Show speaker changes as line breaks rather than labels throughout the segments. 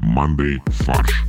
командой «Фарш».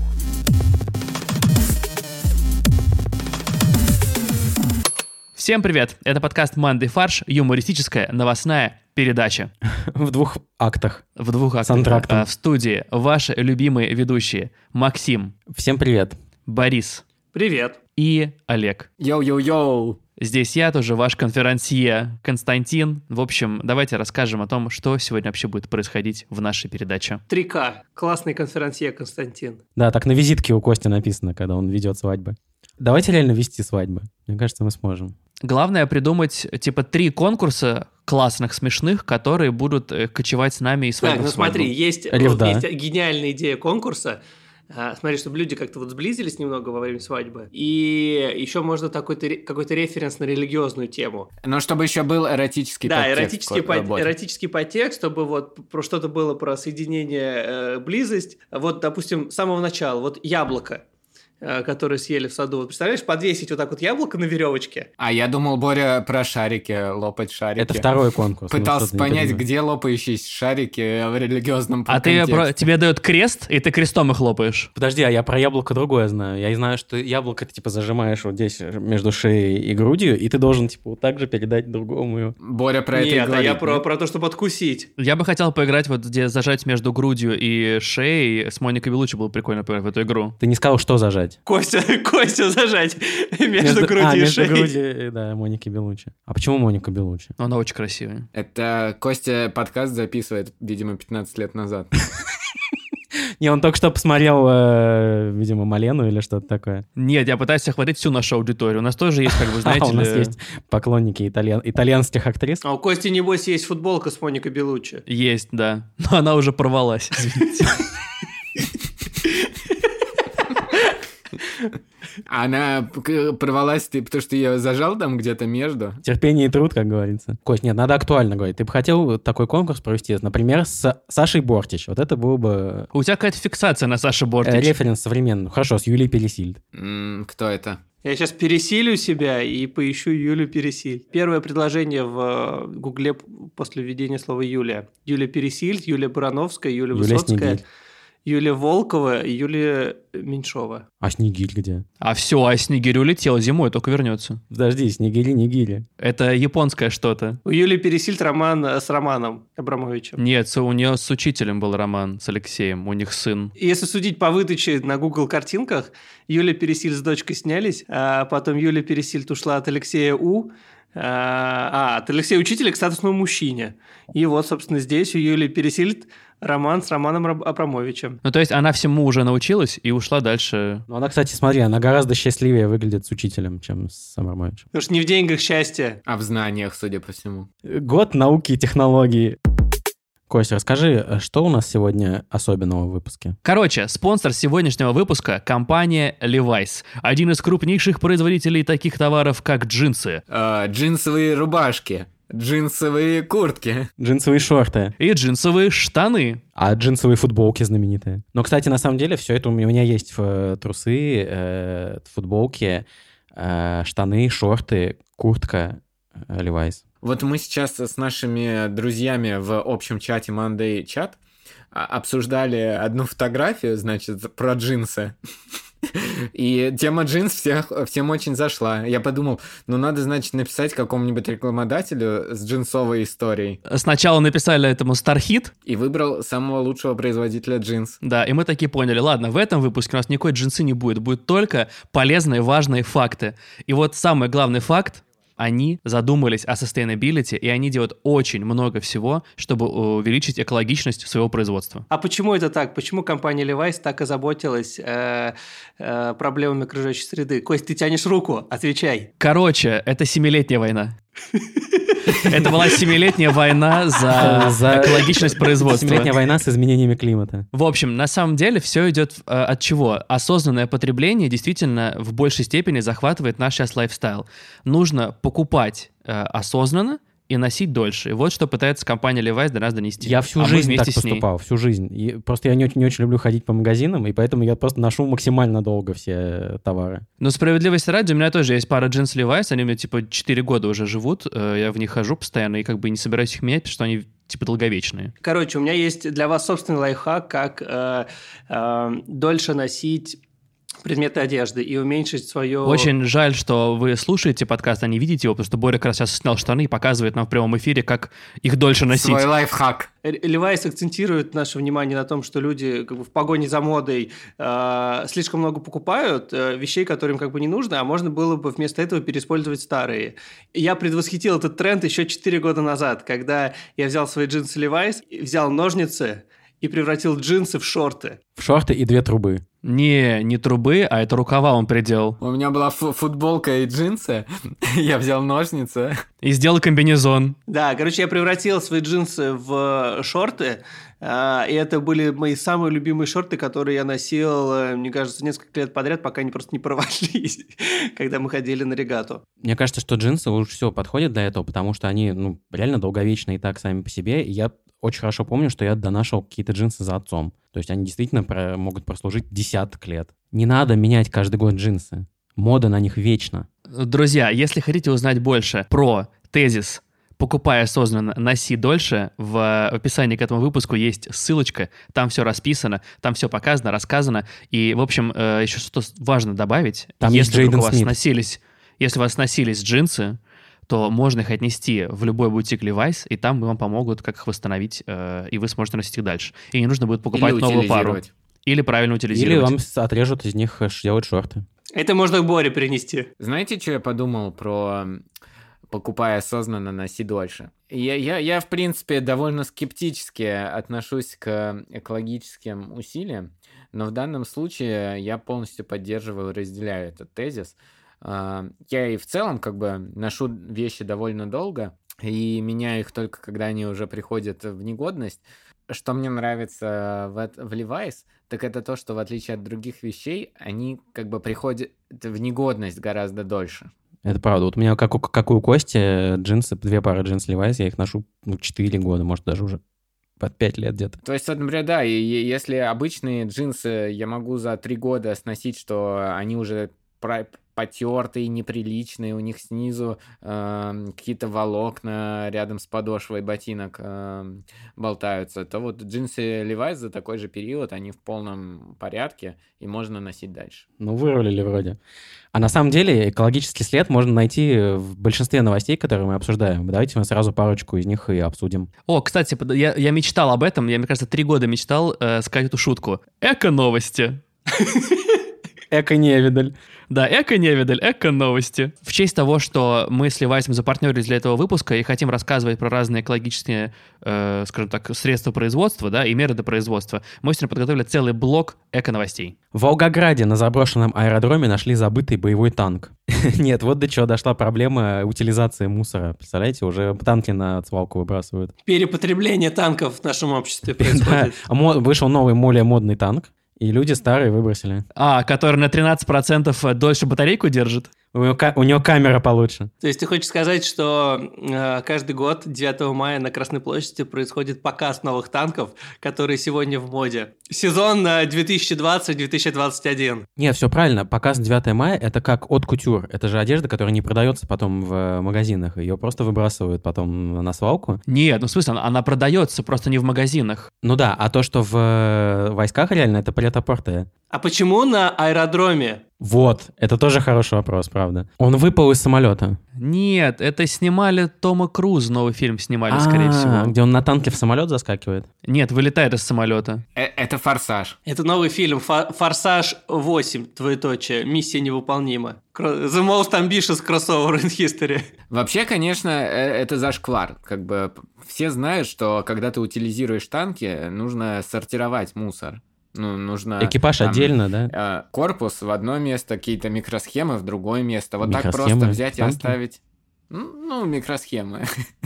Всем привет! Это подкаст «Манды фарш» — юмористическая новостная передача
В двух актах.
в двух
С антрактом.
А, В студии ваши любимые ведущие Максим,
Всем привет.
Борис
Привет.
и Олег.
Йоу-йоу-йоу.
Здесь я тоже, ваш конферансье Константин. В общем, давайте расскажем о том, что сегодня вообще будет происходить в нашей передаче.
3К. Классный конферансье, Константин.
Да, так на визитке у Кости написано, когда он ведет свадьбы. Давайте реально вести свадьбы. Мне кажется, мы сможем.
Главное придумать, типа, три конкурса классных, смешных, которые будут э, кочевать с нами и с
Так, ну смотри, есть,
Рев,
вот
да.
есть гениальная идея конкурса. А, Смотри, чтобы люди как-то вот сблизились немного во время свадьбы. И еще можно такой-то ре- какой-то референс на религиозную тему.
Но Ну, чтобы еще был эротический
да,
подтекст
эротический,
к
под-
работе.
эротический подтекст, чтобы вот про что-то было про соединение, э, близость. Вот, допустим, с самого начала, вот яблоко, э, которое съели в саду. Вот представляешь, подвесить вот так вот яблоко на веревочке.
А я думал, Боря, про шарики, лопать шарики.
Это второй конкурс. ну,
Пытался
что-то не
понять,
понимаю.
где лопающиеся шарики в религиозном
А ты,
контексте.
про- тебе дают крест, и ты крестом их лопаешь.
Подожди, а я про яблоко другое знаю. Я знаю, что яблоко ты типа зажимаешь вот здесь между шеей и грудью, и ты должен типа вот так же передать другому. его.
Боря про это и
Нет, а
говорит,
я
да?
про, про то, чтобы откусить.
Я бы хотел поиграть вот где зажать между грудью и шеей. С Моникой Белучи было прикольно поиграть в эту игру.
Ты не сказал, что зажать.
Костя, Костя зажать между,
а,
грудью и
между
шеей.
грудью, да, Моники Белучи. А почему Моника Белучи?
Но она очень красивая.
Это Костя подкаст записывает, видимо, 15 лет назад.
Не, он только что посмотрел, э, видимо, Малену или что-то такое.
Нет, я пытаюсь охватить всю нашу аудиторию. У нас тоже есть, как бы, знаете
А, у нас
ли,
есть поклонники итальян- итальянских актрис.
А у Кости, небось, есть футболка с Моникой Белучи.
Есть, да. Но она уже порвалась, извините.
Она к- порвалась, ты, потому что ее зажал там где-то между.
Терпение и труд, как говорится. Кость, нет, надо актуально говорить. Ты бы хотел такой конкурс провести, например, с Сашей Бортич. Вот это было бы
У тебя какая-то фиксация на Саше
э,
Бортич.
референс современному. Хорошо, с Юлией Пересильд.
М, кто это?
Я сейчас пересилю себя и поищу Юлю Пересиль. Первое предложение в э, Гугле п- после введения слова Юлия. Юлия Пересиль, Юлия Барановская, Юлия
Юлия
Высоцкая,
Снегирь.
Юлия Волкова, и Юлия Меньшова.
А Снегирь где?
А все, а Снегирь улетел зимой, только вернется.
Подожди, Снегири, Нигири.
Это японское что-то.
У Юлии Пересиль роман э, с Романом Абрамовичем.
Нет, с- у нее с учителем был роман, с Алексеем, у них сын.
Если судить по выдаче на Google картинках, Юлия Пересиль с дочкой снялись, а потом Юлия Пересиль ушла от Алексея У, а, а, от Алексея Учителя к статусному мужчине. И вот, собственно, здесь у Юлии Пересиль роман с Романом Раб- Абрамовичем.
Ну, то есть она всему уже научилась и ушла дальше.
Ну, она, кстати, смотри, она гораздо счастливее выглядит с учителем, чем с Абрамовичем.
Потому что не в деньгах счастье.
А в знаниях, судя по всему.
Э, Год науки и технологий. Кость, расскажи, э, что у нас сегодня особенного в выпуске?
Короче, спонсор сегодняшнего выпуска – компания Levi's. Один из крупнейших производителей таких товаров, как джинсы.
Э, джинсовые рубашки, джинсовые куртки.
Джинсовые шорты.
И джинсовые штаны.
А джинсовые футболки знаменитые. Но, кстати, на самом деле, все это у меня, у меня есть э, трусы, э, футболки, э, штаны, шорты, куртка, э, Levi's.
Вот мы сейчас с нашими друзьями в общем чате Monday чат обсуждали одну фотографию, значит, про джинсы. И тема джинс всех, всем очень зашла. Я подумал, ну надо, значит, написать какому-нибудь рекламодателю с джинсовой историей.
Сначала написали этому Стархит,
И выбрал самого лучшего производителя джинс.
да, и мы такие поняли, ладно, в этом выпуске у нас никакой джинсы не будет, будут только полезные, важные факты. И вот самый главный факт, они задумались о sustainability, и они делают очень много всего, чтобы увеличить экологичность своего производства.
А почему это так? Почему компания Levi's так озаботилась э, э, проблемами окружающей среды? Кость, ты тянешь руку, отвечай.
Короче, это семилетняя война. Это была семилетняя война за,
Э, за-
экологичность
Семилетняя
производства.
война с изменениями климата.
В общем, на самом деле все идет э, от чего? Осознанное потребление действительно в большей степени захватывает наш сейчас лайфстайл. Нужно покупать э, осознанно и носить дольше. И вот что пытается компания Levi's до нас донести.
Я всю
А мы
жизнь так
вместе с ней.
поступал, всю жизнь. И просто я не очень, не очень люблю ходить по магазинам, и поэтому я просто ношу максимально долго все э, товары.
Но справедливости ради, у меня тоже есть пара джинс Levi's, они у меня типа 4 года уже живут, э, я в них хожу постоянно и как бы не собираюсь их менять, потому что они типа долговечные.
Короче, у меня есть для вас собственный лайфхак, как э, э, дольше носить предметы одежды и уменьшить свое...
Очень жаль, что вы слушаете подкаст, а не видите его, потому что Боря как раз сейчас снял штаны и показывает нам в прямом эфире, как их дольше носить.
Свой лайфхак.
Левайс акцентирует наше внимание на том, что люди как бы, в погоне за модой э, слишком много покупают э, вещей, которые им как бы не нужно, а можно было бы вместо этого переиспользовать старые. Я предвосхитил этот тренд еще 4 года назад, когда я взял свои джинсы Левайс, взял ножницы и превратил джинсы в шорты.
В шорты и две трубы.
Не, не трубы, а это рукава он приделал.
У меня была фу- футболка и джинсы. Я взял ножницы.
И сделал комбинезон.
Да, короче, я превратил свои джинсы в э, шорты, а, и это были мои самые любимые шорты, которые я носил, э, мне кажется, несколько лет подряд, пока они просто не провалились, когда мы ходили на регату.
Мне кажется, что джинсы лучше всего подходят для этого, потому что они ну, реально долговечные и так сами по себе. И я очень хорошо помню, что я донашивал какие-то джинсы за отцом. То есть они действительно про- могут прослужить десяток лет. Не надо менять каждый год джинсы. Мода на них вечна.
Друзья, если хотите узнать больше про тезис «Покупай осознанно, носи дольше», в описании к этому выпуску есть ссылочка, там все расписано, там все показано, рассказано. И, в общем, э, еще что важно добавить,
Там есть
если вдруг
Джейден
у вас
Смит.
носились, если у вас носились джинсы, то можно их отнести в любой бутик Levi's, и там вам помогут, как их восстановить, э, и вы сможете носить их дальше. И не нужно будет покупать
Или
новую пару.
утилизировать.
Или правильно утилизировать.
Или вам с- отрежут из них э, ш- делать шорты.
Это можно к Боре принести.
Знаете, что я подумал про м, покупая осознанно, носи дольше? Я, я, я, в принципе, довольно скептически отношусь к экологическим усилиям, но в данном случае я полностью поддерживаю и разделяю этот тезис. А, Я и в целом как бы ношу вещи довольно долго и меняю их только, когда они уже приходят в негодность. Что мне нравится в, эт- в Levi's, так это то, что в отличие от других вещей, они как бы приходят в негодность гораздо дольше.
Это правда. Вот у меня, как у, как у Кости, э, джинсы, две пары джинс Levi's, я их ношу ну, 4 года, может, даже уже под 5 лет где-то.
То есть, вот, например, да, и е- если обычные джинсы я могу за три года сносить, что они уже про- потертые, неприличные, у них снизу эм, какие-то волокна рядом с подошвой ботинок эм, болтаются, то вот джинсы Levi's за такой же период, они в полном порядке, и можно носить дальше.
Ну, вырулили вроде. А на самом деле экологический след можно найти в большинстве новостей, которые мы обсуждаем. Давайте мы сразу парочку из них и обсудим.
О, кстати, под- я, я мечтал об этом, я, мне кажется, три года мечтал э, сказать эту шутку. Эко-новости.
Эко-невидаль.
Да, эко-невидаль, эко-новости. В честь того, что мы с Левайсом запартнерились для этого выпуска и хотим рассказывать про разные экологические, э, скажем так, средства производства, да, и меры до производства, мы сегодня подготовили целый блок эко-новостей.
В Волгограде на заброшенном аэродроме нашли забытый боевой танк. Нет, вот до чего дошла проблема утилизации мусора. Представляете, уже танки на свалку выбрасывают.
Перепотребление танков в нашем обществе
Да.
происходит.
А мо- Вышел новый, более модный танк, и люди старые выбросили.
А, который на 13% дольше батарейку держит?
У него, ка- у него камера получше.
То есть ты хочешь сказать, что э, каждый год 9 мая на Красной площади происходит показ новых танков, которые сегодня в моде. Сезон э, 2020-2021.
Не, все правильно. Показ 9 мая — это как от кутюр. Это же одежда, которая не продается потом в э, магазинах. Ее просто выбрасывают потом на свалку.
Нет, ну в смысле, она, она продается просто не в магазинах.
Ну да, а то, что в э, войсках реально, это палетопорты.
А почему на аэродроме?
Вот, это тоже хороший вопрос, правда. Он выпал из самолета.
Нет, это снимали Тома Круз, новый фильм снимали, скорее
А,
всего.
Где он на танке в самолет заскакивает.
Нет, вылетает из самолета.
Э, это форсаж.
Это новый фильм «Фо- «Форсаж 8», двоеточие, «Миссия невыполнима». Кро- The most ambitious crossover in history.
Вообще, конечно, э, это зашквар. Как бы п- все знают, что когда ты утилизируешь танки, нужно сортировать мусор. Ну,
А,
нужно...
Экипаж
там,
отдельно, да?
э, Корпус в одно место, какие-то микросхемы в другое место. Вот так
Микросхемы
просто взять
танки?
и оставить. М, Ну, микросхемы.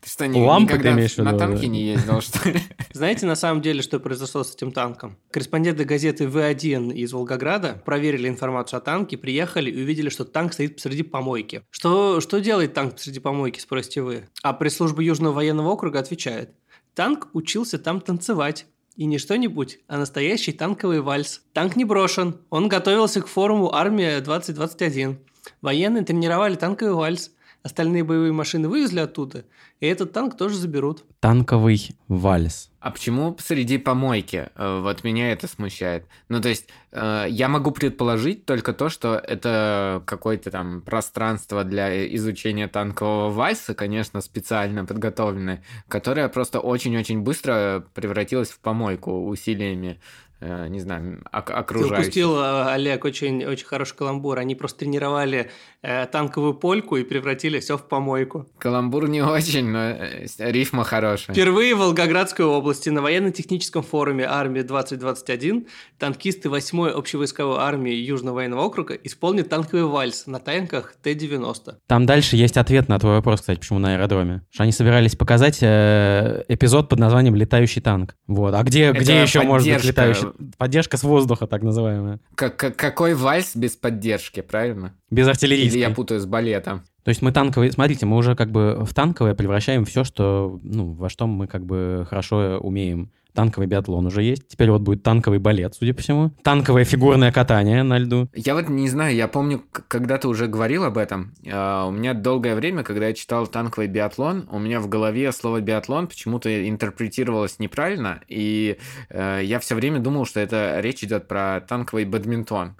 Ты что, не,
Лампы
никогда
ты имеешь в
на
виду,
танке
да?
не ездил, что ли?
Знаете, на самом деле, что произошло с этим танком? Корреспонденты газеты «В1» из Волгограда проверили информацию о танке, приехали и увидели, что танк стоит посреди помойки. Что, что делает танк посреди помойки, спросите вы? А пресс-служба Южного военного округа отвечает. Танк учился там танцевать. И не что-нибудь, а настоящий танковый вальс. Танк не брошен. Он готовился к форуму «Армия-2021». Военные тренировали танковый вальс. остальные боевые машины вывезли оттуда, и этот танк тоже заберут.
Танковый вальс.
А почему посреди помойки? Э, Вот меня это смущает. Ну, то есть, э, я могу предположить только то, что это какое-то там пространство для изучения танкового вальса, конечно, специально подготовленное, которое просто очень-очень быстро превратилось в помойку усилиями, э, не знаю, ок-
Ты
окружающих.
упустил, э, Олег, очень, очень хороший каламбур. Они просто тренировали э, танковую польку и превратили все в помойку.
Каламбур не очень, но э, с- рифма хорошая.
Впервые в Волгоградской области на военно-техническом форуме армии 2021 танкисты 8-й общевойсковой армии Южного военного округа исполнят танковый вальс на танках Т-90.
Там дальше есть ответ на твой вопрос, кстати, почему на аэродроме. Что они собирались показать э, эпизод под названием «Летающий танк». Вот. А где,
Это
где еще может быть
поддержка.
летающий... Поддержка с воздуха, так называемая.
Как- как- какой вальс без поддержки, правильно?
Без
Или
артиллерийской.
я путаю с балетом?
То есть мы танковые... Смотрите, мы уже как бы в танковое превращаем все, что... Ну, во что мы как бы хорошо умеем. Танковый биатлон уже есть. Теперь вот будет танковый балет, судя по всему. Танковое фигурное катание на льду.
Я вот не знаю, я помню, к- когда ты уже говорил об этом, э, у меня долгое время, когда я читал танковый биатлон, у меня в голове слово биатлон почему-то интерпретировалось неправильно, и э, я все время думал, что это речь идет про танковый бадминтон.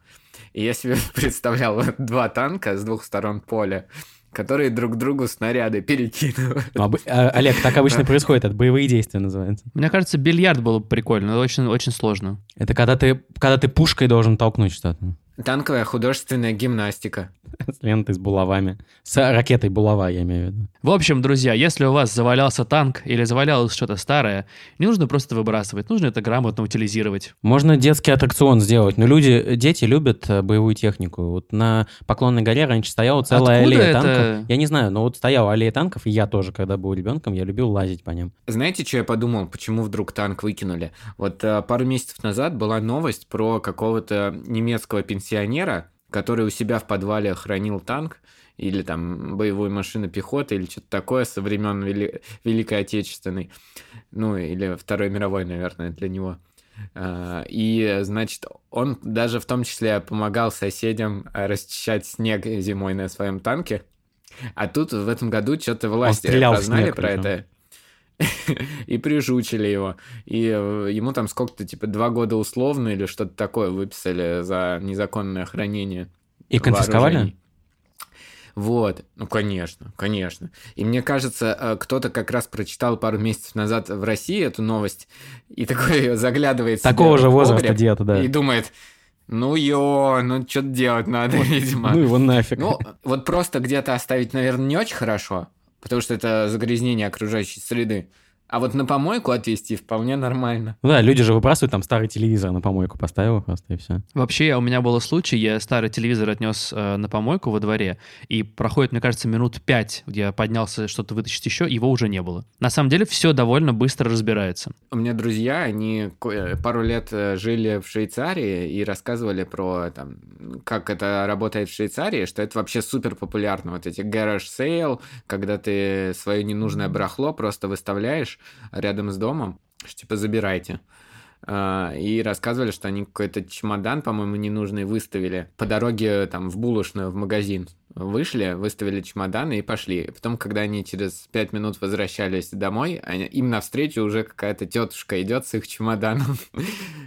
И я себе представлял вот два танка с двух сторон поля, которые друг другу снаряды перекидывают.
Ну, об- а, Олег, так обычно происходит. Это боевые действия называется.
Мне кажется, бильярд было бы прикольно, но очень, очень сложно.
Это когда ты, когда ты пушкой должен толкнуть что-то.
Танковая художественная гимнастика.
С лентой, с булавами. С ракетой булава, я имею в виду.
В общем, друзья, если у вас завалялся танк или завалялось что-то старое, не нужно просто выбрасывать, нужно это грамотно утилизировать.
Можно детский аттракцион сделать, но люди, дети любят э, боевую технику. Вот на Поклонной горе раньше стояла целая
Откуда
аллея
это?
танков. Я не знаю, но вот стояла аллея танков, и я тоже, когда был ребенком, я любил лазить по ним.
Знаете, что я подумал, почему вдруг танк выкинули? Вот э, пару месяцев назад была новость про какого-то немецкого пенсионера, который у себя в подвале хранил танк или там боевую машину пехоты или что-то такое со времен Вели- Великой Отечественной, ну или Второй мировой, наверное, для него. А, И, значит, он даже в том числе помогал соседям э, расчищать снег зимой на своем танке. А тут в этом году что-то власти
стрелял в
прознали
снег
про
причем.
это. И прижучили его. И э, ему там сколько-то, типа, два года условно или что-то такое выписали за незаконное хранение.
И конфисковали?
вооружений. Вот, ну конечно, конечно. И мне кажется, э, кто-то как раз прочитал пару месяцев назад в России эту новость и такой заглядывает себе
Такого же
в
возраста
погреб
где-то, да.
и думает, ну ё, ну что делать надо, видимо.
Ну его нафиг.
Ну, вот просто где-то оставить, наверное, не очень хорошо, потому что это загрязнение окружающей среды. А вот на помойку отвезти вполне нормально.
Ну Да, люди же выбрасывают, там старый телевизор на помойку поставил просто, и все.
Вообще, у меня был случай, я старый телевизор отнес э, на помойку во дворе, и проходит, мне кажется, минут пять, где я поднялся что-то вытащить еще, его уже не было. На самом деле, все довольно быстро разбирается.
У меня друзья, они ко- э, пару лет э, жили в Швейцарии и рассказывали про там, как это работает в Швейцарии, что это вообще супер популярно. Вот эти garage sale, когда ты свое ненужное барахло просто выставляешь рядом с домом, что типа забирайте. А, И рассказывали, что они какой-то чемодан, по-моему, ненужный выставили. По дороге там в булочную, в магазин вышли, выставили чемоданы и пошли. Потом, когда они через пять минут возвращались домой, они- им навстречу уже какая-то тетушка идет с их чемоданом.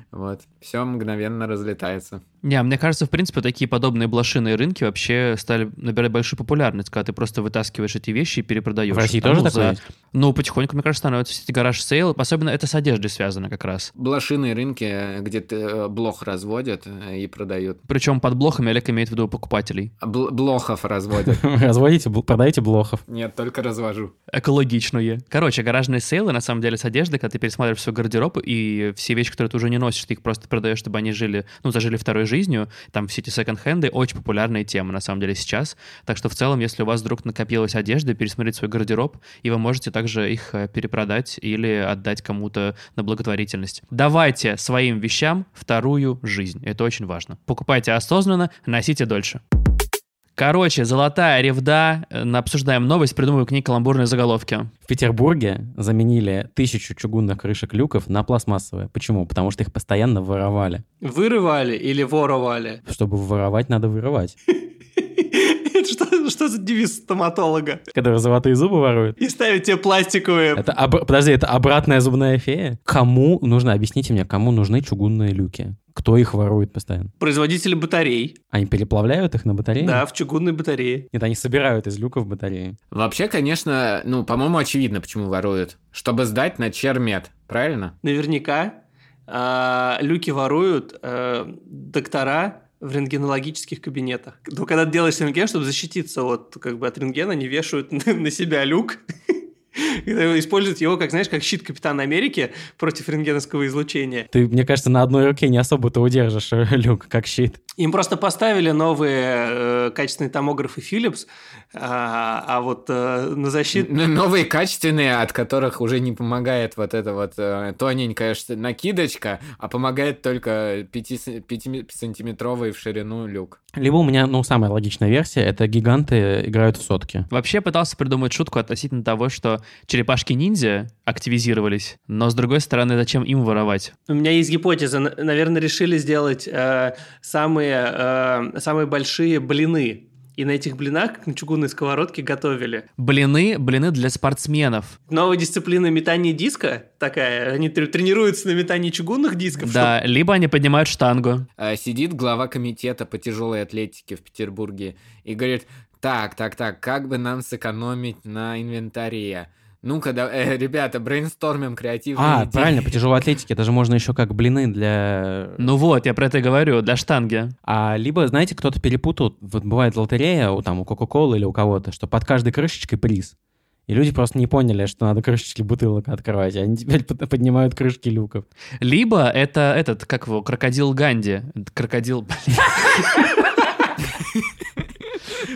Вот. Все мгновенно разлетается.
Не, мне кажется, в принципе, такие подобные блошиные рынки вообще стали набирать большую популярность, когда ты просто вытаскиваешь эти вещи и перепродаешь.
В России
Потому
тоже
за-
такое есть?
Ну, потихоньку, мне кажется, становятся все эти гараж-сейл, особенно это с одеждой связано как раз.
Блошиные рынки, э, где т- э, блох разводят э, и продают.
Причем под блохами Олег имеет в виду покупателей.
А бл- Блохов разводят.
Разводите, бл- продаете блохов.
Нет, только развожу.
экологичные. Короче, гаражные сейлы, на самом деле, с одеждой, когда ты пересматриваешь свой гардероб, и все вещи, которые ты уже не носишь, ты их просто продаешь, чтобы они жили, ну, зажили второй жизнью. Там все эти секонд-хенды — очень популярная тема, на самом деле, сейчас. Так что, в целом, если у вас вдруг накопилась одежда, пересмотреть свой гардероб, и вы можете также их э, перепродать или отдать кому-то на благотворительность. Давайте своим вещам вторую жизнь. Это очень важно. Покупайте осознанно, носите дольше. Короче, золотая ревда. Э, на- Обсуждаем новость, придумываю к ней каламбурные заголовки.
В Петербурге заменили тысячу чугунных крышек люков на пластмассовые. Почему? Потому что их постоянно воровали.
Вырывали или воровали?
Чтобы воровать, надо вырывать.
Это что, Что за девиз стоматолога?
Которые золотые зубы воруют.
И ставят тебе пластиковые.
Это об- Подожди, это обратная зубная фея? Кому нужно, объясните мне, кому нужны чугунные люки? Кто их ворует постоянно?
Производители батарей.
Они переплавляют их на батареи?
Да, в чугунной батарее.
Нет, они собирают из люков батареи.
Вообще, конечно, ну, по-моему, очевидно, почему воруют. Чтобы сдать на чермет, правильно?
Наверняка а, люки воруют а, доктора в рентгенологических кабинетах. Ну, когда ты делаешь рентген, чтобы защититься от, как бы, от рентгена, они вешают на себя люк. И Используют его, как, знаешь, как щит Капитана Америки против рентгеновского излучения.
Ты, мне кажется, на одной руке не особо-то удержишь э, люк, как щит.
Им просто поставили новые э, качественные томографы Philips, а, а вот э, на защиту...
Н- Новые качественные, от которых уже не помогает вот эта вот э, тоненькая шт- накидочка, а помогает только 5-сантиметровый в ширину люк.
Либо у меня, ну, самая логичная версия, это гиганты играют в сотки.
Вообще пытался придумать шутку относительно того, что черепашки-ниндзя активизировались, но, с другой стороны, зачем им воровать?
У меня есть гипотеза. Н- Наверное, решили сделать э, самые, э, самые большие блины. И на этих блинах, как на чугунной сковородке, готовили.
Блины, блины для спортсменов.
Новая дисциплина метания диска такая. Они тре- тренируются на метании чугунных дисков.
Да, либо они поднимают штангу.
А Сидит глава комитета по тяжелой атлетике в Петербурге и говорит, так, так, так, как бы нам сэкономить на инвентаре? Ну-ка, да, э, ребята, брейнстормим креативные
А,
идеи».
правильно, по тяжелой атлетике даже можно еще как блины для...
Ну вот, я про это и говорю, для штанги.
А либо, знаете, кто-то перепутал, вот бывает лотерея у, там, у Кока-Колы или у кого-то, что под каждой крышечкой приз. И люди просто не поняли, что надо крышечки бутылок открывать, и они теперь под- поднимают крышки люков.
Либо это этот, как его, крокодил Ганди. Крокодил... блин.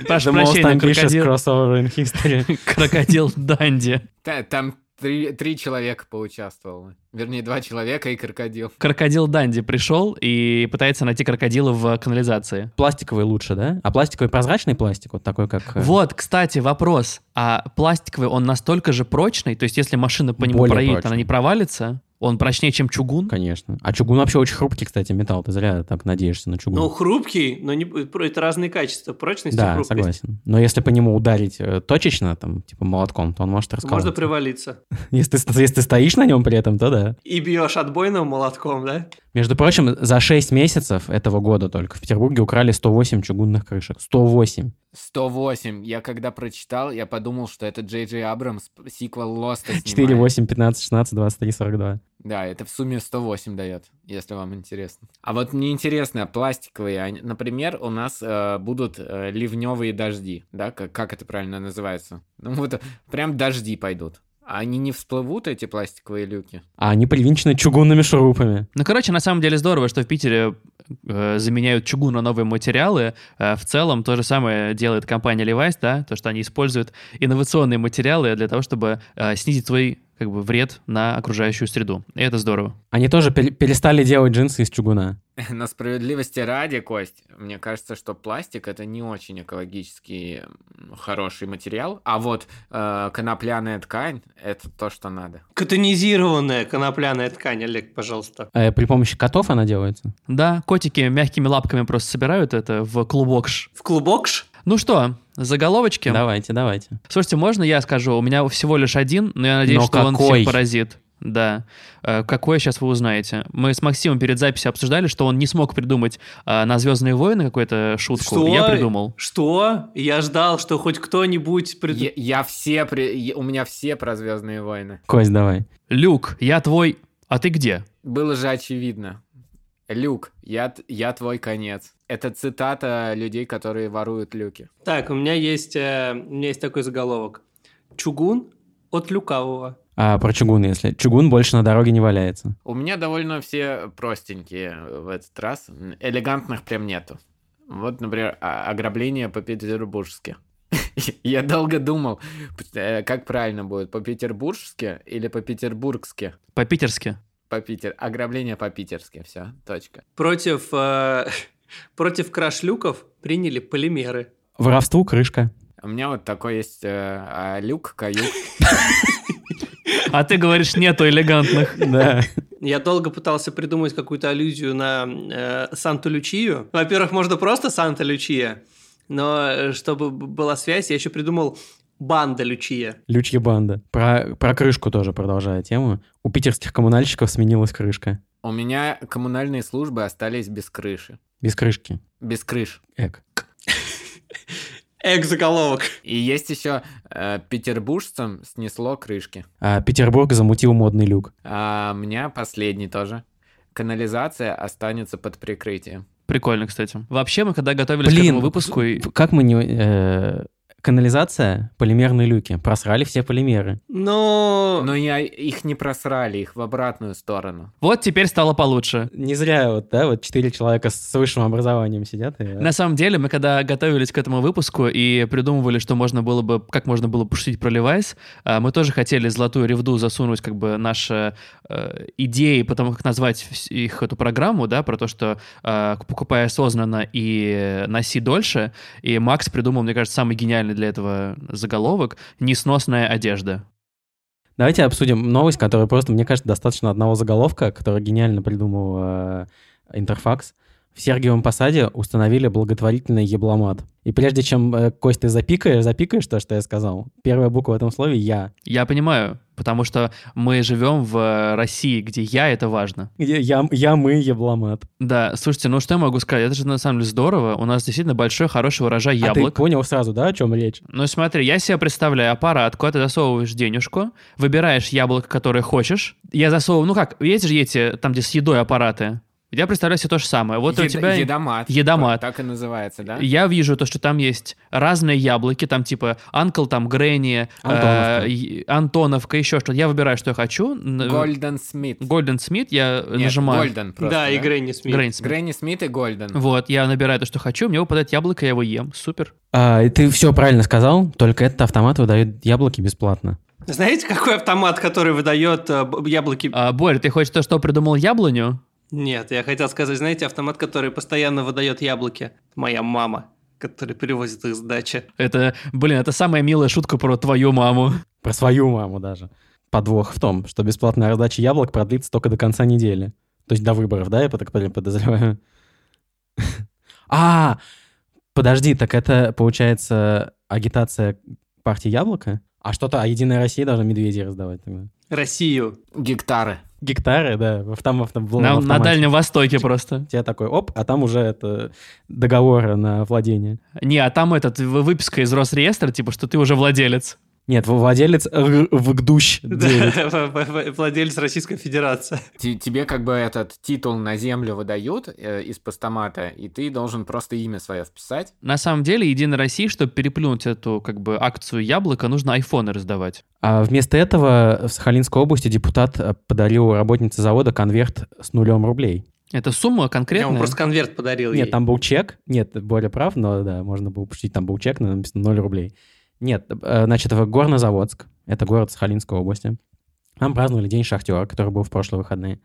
Паша,
The most
прощай, но
ambitious
крокодил...
crossover in history.
Крокодил Данди.
Та- Там три, три человека поучаствовало. Вернее, два человека и крокодил.
Крокодил Данди пришел и пытается найти крокодила в канализации.
Пластиковый лучше, да? А пластиковый прозрачный пластик, вот такой, как... э,
Вот, кстати, вопрос. А пластиковый, он настолько же прочный? То есть, если машина по нему
Более
проедет,
прочный.
она не провалится? Он прочнее, чем чугун?
Конечно. А чугун вообще очень хрупкий, кстати, металл. Ты зря так надеешься на чугун.
Ну, хрупкий, но не... про- это разные качества. Прочность и
да,
хрупкость.
согласен. Но если по нему ударить э, точечно, там, типа молотком, то он может расколоться.
Ну, Можно привалиться.
Если ты, если ты стоишь на нем при этом, то да.
И бьешь отбойным молотком, да?
Между прочим, за 6 месяцев этого года только в Петербурге украли 108 чугунных крышек. 108.
108. Я когда прочитал, я подумал, что это Джей Джей Абрамс, п- сиквел Лоста снимает.
4, 8, 15, 16, 23, 42.
Да, это в сумме 108 дает, если вам интересно. А вот мне интересно, пластиковые, они- например, у нас э, будут э, ливневые дожди, да, как, как это правильно называется? Ну вот э, прям дожди пойдут. А они не всплывут, эти пластиковые люки?
А они привинчены чугунными шурупами.
Ну, короче, на самом деле здорово, что в Питере э, заменяют чугун на новые материалы. Э, в целом то же самое делает компания Levi's, да, то, что они используют инновационные материалы для того, чтобы э, снизить свой как бы вред на окружающую среду. И это здорово.
Они тоже пере- перестали делать джинсы из чугуна.
На справедливости ради, Кость, мне кажется, что пластик это не очень экологически м, хороший материал, а вот э, конопляная ткань это то, что надо.
Катонизированная конопляная ткань, Олег, пожалуйста.
Э, при помощи котов она делается.
Да, котики мягкими лапками просто собирают это в клубокш.
В клубокш?
Ну что, заголовочки?
Давайте, давайте.
Слушайте, можно я скажу? У меня всего лишь один, но я надеюсь,
Но
что он
какой?
всех поразит. Да. Э, Какой, сейчас вы узнаете. Мы с Максимом перед записью обсуждали, что он не смог придумать э, на «Звездные войны» какую-то шутку.
Что?
Я придумал.
Что? Я ждал, что хоть кто-нибудь... прид-
Я, я все при- я- у меня все про Звездные войны.
Кость, давай.
«Люк, я твой... А ты где?»
Было же очевидно. Люк, я, т- я твой конец. Это цитата людей, которые воруют люки.
Так, у меня есть, э, у меня есть такой заголовок. Чугун от люкавого.
А про чугун, если. Чугун больше на дороге не валяется.
У меня довольно все простенькие в этот раз. М, Элегантных прям нету. Вот, например, а- ограбление по-петербургски. Я долго думал, п- э, как правильно будет, по-петербургски или по-петербургски?
По-питерски.
По-питер... Ограбление по-питерски, все, точка.
Против, э, против крашлюков приняли полимеры.
Воровству крышка.
У меня вот такой есть э, а, люк, каюк.
А ты говоришь, нету элегантных.
Да.
Я долго пытался придумать какую-то аллюзию на э, Санту-Лючию. Во-первых, можно просто Санта-Лючия. но чтобы была связь, я еще придумал банда Лючия.
Лючья банда. Про, про крышку тоже продолжая тему. У питерских коммунальщиков сменилась крышка.
У меня коммунальные службы остались без крыши.
Без крышки.
Без крыш.
Эк.
Эк-заголовок.
И есть еще э, петербуржцам снесло крышки.
А, Петербург замутил модный люк.
А у меня последний тоже. Канализация останется под прикрытием.
Прикольно, кстати. Вообще, мы когда готовились к
Блин,
этому выпуску... и-
Как мы не... э, канализация, полимерные люки. Просрали все полимеры.
Но...
Но я их не просрали, их в обратную сторону.
Вот теперь стало получше.
Не зря вот, да, вот четыре человека с высшим образованием сидят. и,
На самом деле, мы когда готовились к этому выпуску и придумывали, что можно было бы, как можно было пошутить про Levi's, а, мы тоже хотели золотую ревду засунуть как бы наши э, идеи, потому как назвать вс- их эту программу, да, про то, что э, покупай осознанно и носи дольше. И Макс придумал, мне кажется, самый гениальный для этого заголовок «Несносная одежда».
Давайте обсудим новость, которая просто, мне кажется, достаточно одного заголовка, который гениально придумал э, Интерфакс. В Сергиевом Посаде установили благотворительный ебломат. И прежде чем, э, Кость, ты запикаешь, запикаешь то, что я сказал, первая буква в этом слове — «я».
Я понимаю, потому что мы живем в э, России, где «я» — это важно.
Я, я, я мы, ебломат.
Да, слушайте, ну что я могу сказать? Это же на самом деле здорово. У нас действительно большой, хороший урожай
А ты
яблок.
понял сразу, да, о чем речь?
Ну смотри, я себе представляю аппарат, куда ты засовываешь денежку, выбираешь яблоко, которое хочешь. Я засовываю, ну как, есть же эти, там где с едой аппараты. Я представляю себе то же самое. Вот у
Еда-
тебя...
Едомат.
Едомат.
Так и называется, да?
Я вижу то, что там есть разные яблоки, там типа Анкл, там Грэнни,
Антоновка.
э, и- Антоновка, еще что-то. Я выбираю, что я хочу. Н-
Golden Smith.
Golden Смит, я
Нет,
э, нажимаю.
Golden просто,
Да, и Грэнни Смит.
Грэнни Смит.
Грэнни Смит и Golden.
Вот, я набираю то, что хочу, мне выпадает яблоко, я его ем. Супер.
А, и ты все правильно сказал, только этот автомат выдает яблоки бесплатно.
Знаете, какой автомат, который выдает э, б- яблоки?
А, Борь, ты хочешь то, что придумал яблоню?
Нет, я хотел сказать, знаете, автомат, который постоянно выдает яблоки? Моя мама, которая привозит их с дачи.
Это, блин, это самая милая шутка про твою маму.
Про свою маму даже. Подвох в том, что бесплатная раздача яблок продлится только до конца недели. То есть до выборов, да, я по- так под- подозреваю? А, подожди, так это, получается, агитация партии Яблоко? А что-то, а Единая Россия должна медведей раздавать тогда?
Россию.
Гектары.
Гектары, да, в там, в, в- в
На, на
автомате.
Дальнем Востоке просто.
У тебя такой, оп, а там уже это договоры на владение.
Не, а там этот в- выписка из Росреестра, типа, что ты уже владелец.
Нет, в- владелец р- Вгдущ
Да,
9.
Владелец Российской Федерации.
Ти- Тебе как бы этот титул на землю выдают э, из постамата, и ты должен просто имя свое вписать.
На самом деле, Единой России, чтобы переплюнуть эту, как бы, акцию яблока, нужно айфоны раздавать.
А вместо этого в Сахалинской области депутат э, подарил работнице завода конверт с нулем рублей.
Это сумма
Я
конкретная?
ему просто конверт подарил
Нет,
ей.
там был чек. Нет, более прав, но да, можно было пустить, там был чек, но написано 0 рублей. Нет, э, значит, в Горнозаводск, это город Сахалинской области, там праздновали День шахтера, который был в прошлые выходные.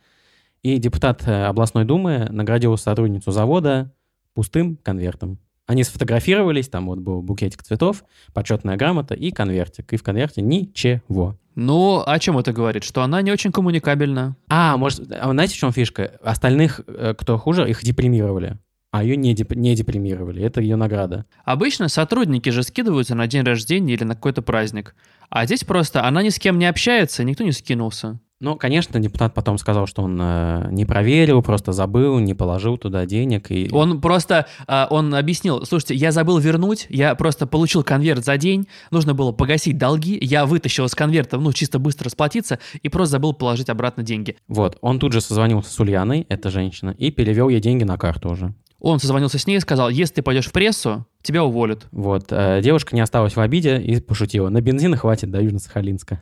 И депутат э, областной думы наградил сотрудницу завода пустым конвертом. Они сфотографировались, там вот был букетик цветов, почетная грамота и конвертик. И в конверте ничего.
Ну, о чем это говорит? Что она не очень коммуникабельна.
А, может, а вы знаете, в чем фишка? Остальных, э, кто хуже, их депримировали, а ее не, деп- не депримировали. Это ее награда.
Обычно сотрудники же скидываются на день рождения или на какой-то праздник. А здесь просто она ни с кем не общается, никто не скинулся.
Ну, конечно, депутат потом сказал, что он э, не проверил, просто забыл, не положил туда денег. И...
Он просто, а, он объяснил, слушайте, я забыл вернуть, я просто получил конверт за день, нужно было погасить долги, я вытащил из конверта, ну, чисто быстро расплатиться, и просто забыл положить обратно деньги.
Вот, он тут же созвонился с Ульяной, эта женщина, и перевел ей деньги на карту уже.
Он созвонился с ней и сказал, если ты пойдешь в прессу, тебя уволят.
Вот, э, девушка не осталась в обиде и пошутила. На бензина хватит до Южно-Сахалинска.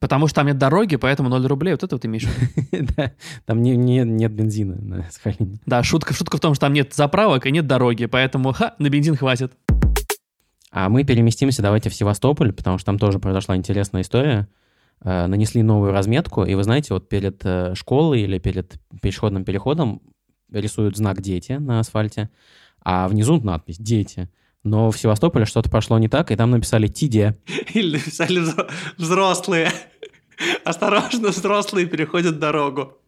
Потому что там нет дороги, поэтому 0 рублей, вот это вот имеешь. в виду.
Да, Там не- не- нет бензина на Сахалине.
Да, шутка, шутка в том, что там нет заправок и нет дороги, поэтому, ха, на бензин хватит.
А мы переместимся, давайте, в Севастополь, потому что там тоже произошла интересная история. Э, Нанесли новую разметку, и вы знаете, вот перед э, школой или перед пешеходным переходом рисуют знак «Дети» на асфальте, а внизу надпись «Дети». Но в Севастополе что-то пошло не так, и там написали «Тиде».
Или написали взро- взрослые. Осторожно, взрослые переходят дорогу.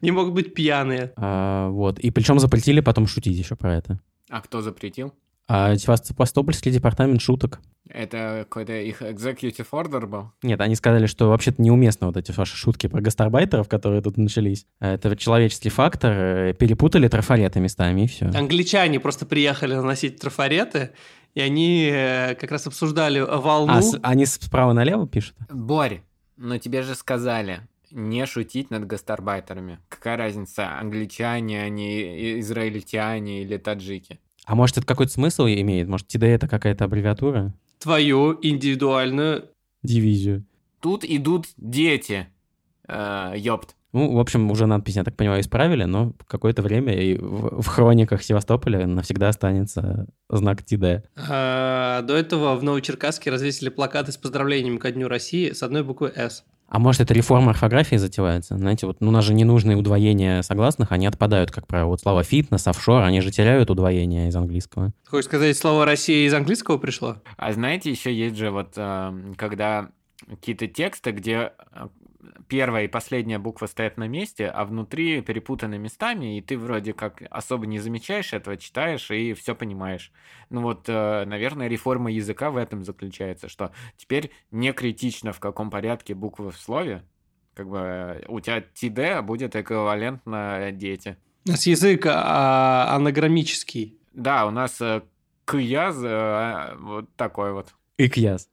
Не могут быть пьяные.
А, Вот. И причем запретили потом шутить еще про это.
А кто запретил?
А Севастопольский департамент шуток.
Это какой-то их executive order был?
Нет, они сказали, что вообще-то неуместно вот эти ваши шутки про гастарбайтеров, которые тут начались. А, Это человеческий фактор. э, Перепутали трафареты местами, и все.
Англичане просто приехали наносить трафареты, и они э, как раз обсуждали волну.
А, с- они справа налево пишут?
Борь, но тебе же сказали не шутить над гастарбайтерами. Какая разница, англичане они, и- израильтяне или таджики?
А может, это какой-то смысл имеет? Может, TDE это какая-то аббревиатура?
Твою индивидуальную...
Дивизию.
Тут идут дети. Э, ёпт.
Ну, в общем, уже надпись, я так понимаю, исправили, но какое-то время и в, в хрониках Севастополя навсегда останется знак TDE.
А, до этого в Новочеркасске развесили плакаты с поздравлениями ко Дню России с одной буквы «С».
А может, это реформа орфографии затевается? Знаете, вот ну, у нас же ненужные удвоения согласных, они отпадают, как правило. Вот слова фитнес, офшор, они же теряют удвоение из английского.
Хочешь сказать, слово «Россия» из английского пришло?
А знаете, еще есть же вот, эм, когда какие-то тексты, где э, первая и последняя буква стоят на месте, а внутри перепутаны местами, и ты вроде как особо не замечаешь этого, читаешь и все понимаешь. Ну вот, э, наверное, реформа языка в этом заключается, что теперь не критично, в каком порядке буквы в слове, как бы э, у тебя ТД будет эквивалентно э, дети.
У нас язык а, анаграммический.
Да, у нас э, кыяз э, вот такой вот.
Икьяс.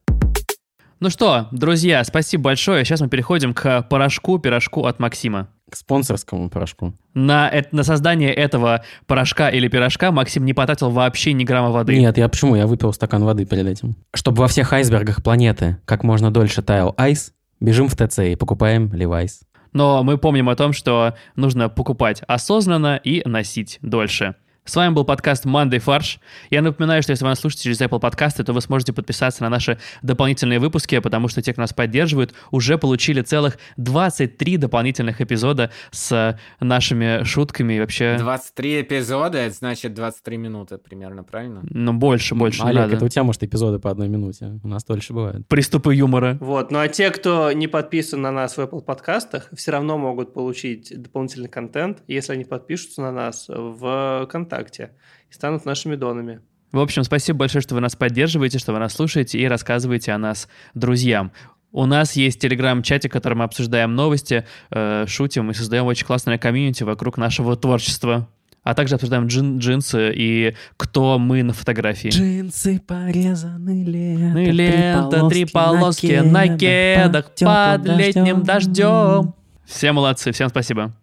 Ну что, друзья, спасибо большое. Сейчас мы переходим к порошку, пирожку от Максима.
К спонсорскому порошку.
На, эт- на создание этого порошка или пирожка Максим не потратил вообще ни грамма воды.
Нет, я почему? Я выпил стакан воды перед этим. Чтобы во всех айсбергах планеты как можно дольше таял айс, бежим в ТЦ и покупаем Левайс.
Но мы помним о том, что нужно покупать осознанно и носить дольше. С вами был подкаст «Мандай фарш». Я напоминаю, что если вы нас слушаете через Apple подкасты, то вы сможете подписаться на наши дополнительные выпуски, потому что те, кто нас поддерживают, уже получили целых 23 дополнительных эпизода с э, нашими шутками и вообще...
23 эпизода, это значит 23 минуты примерно, правильно?
Ну, больше, больше не
Олег,
надо.
это у тебя, может, эпизоды по одной минуте. У нас дольше бывает.
Приступы юмора.
Вот. Ну а те, кто не подписан на нас в Apple подкастах, все равно могут получить дополнительный контент, если они подпишутся на нас в ВКонтакте и станут нашими донами.
В общем, спасибо большое, что вы нас поддерживаете, что вы нас слушаете и рассказываете о нас друзьям. У нас есть телеграм-чатик, в котором мы обсуждаем новости, э, шутим и создаем очень классное комьюнити вокруг нашего творчества. А также обсуждаем джин- джинсы и кто мы на фотографии.
Джинсы порезаны лето,
Ну и лента, три полоски на кедах под летним дождем. Все молодцы, всем спасибо.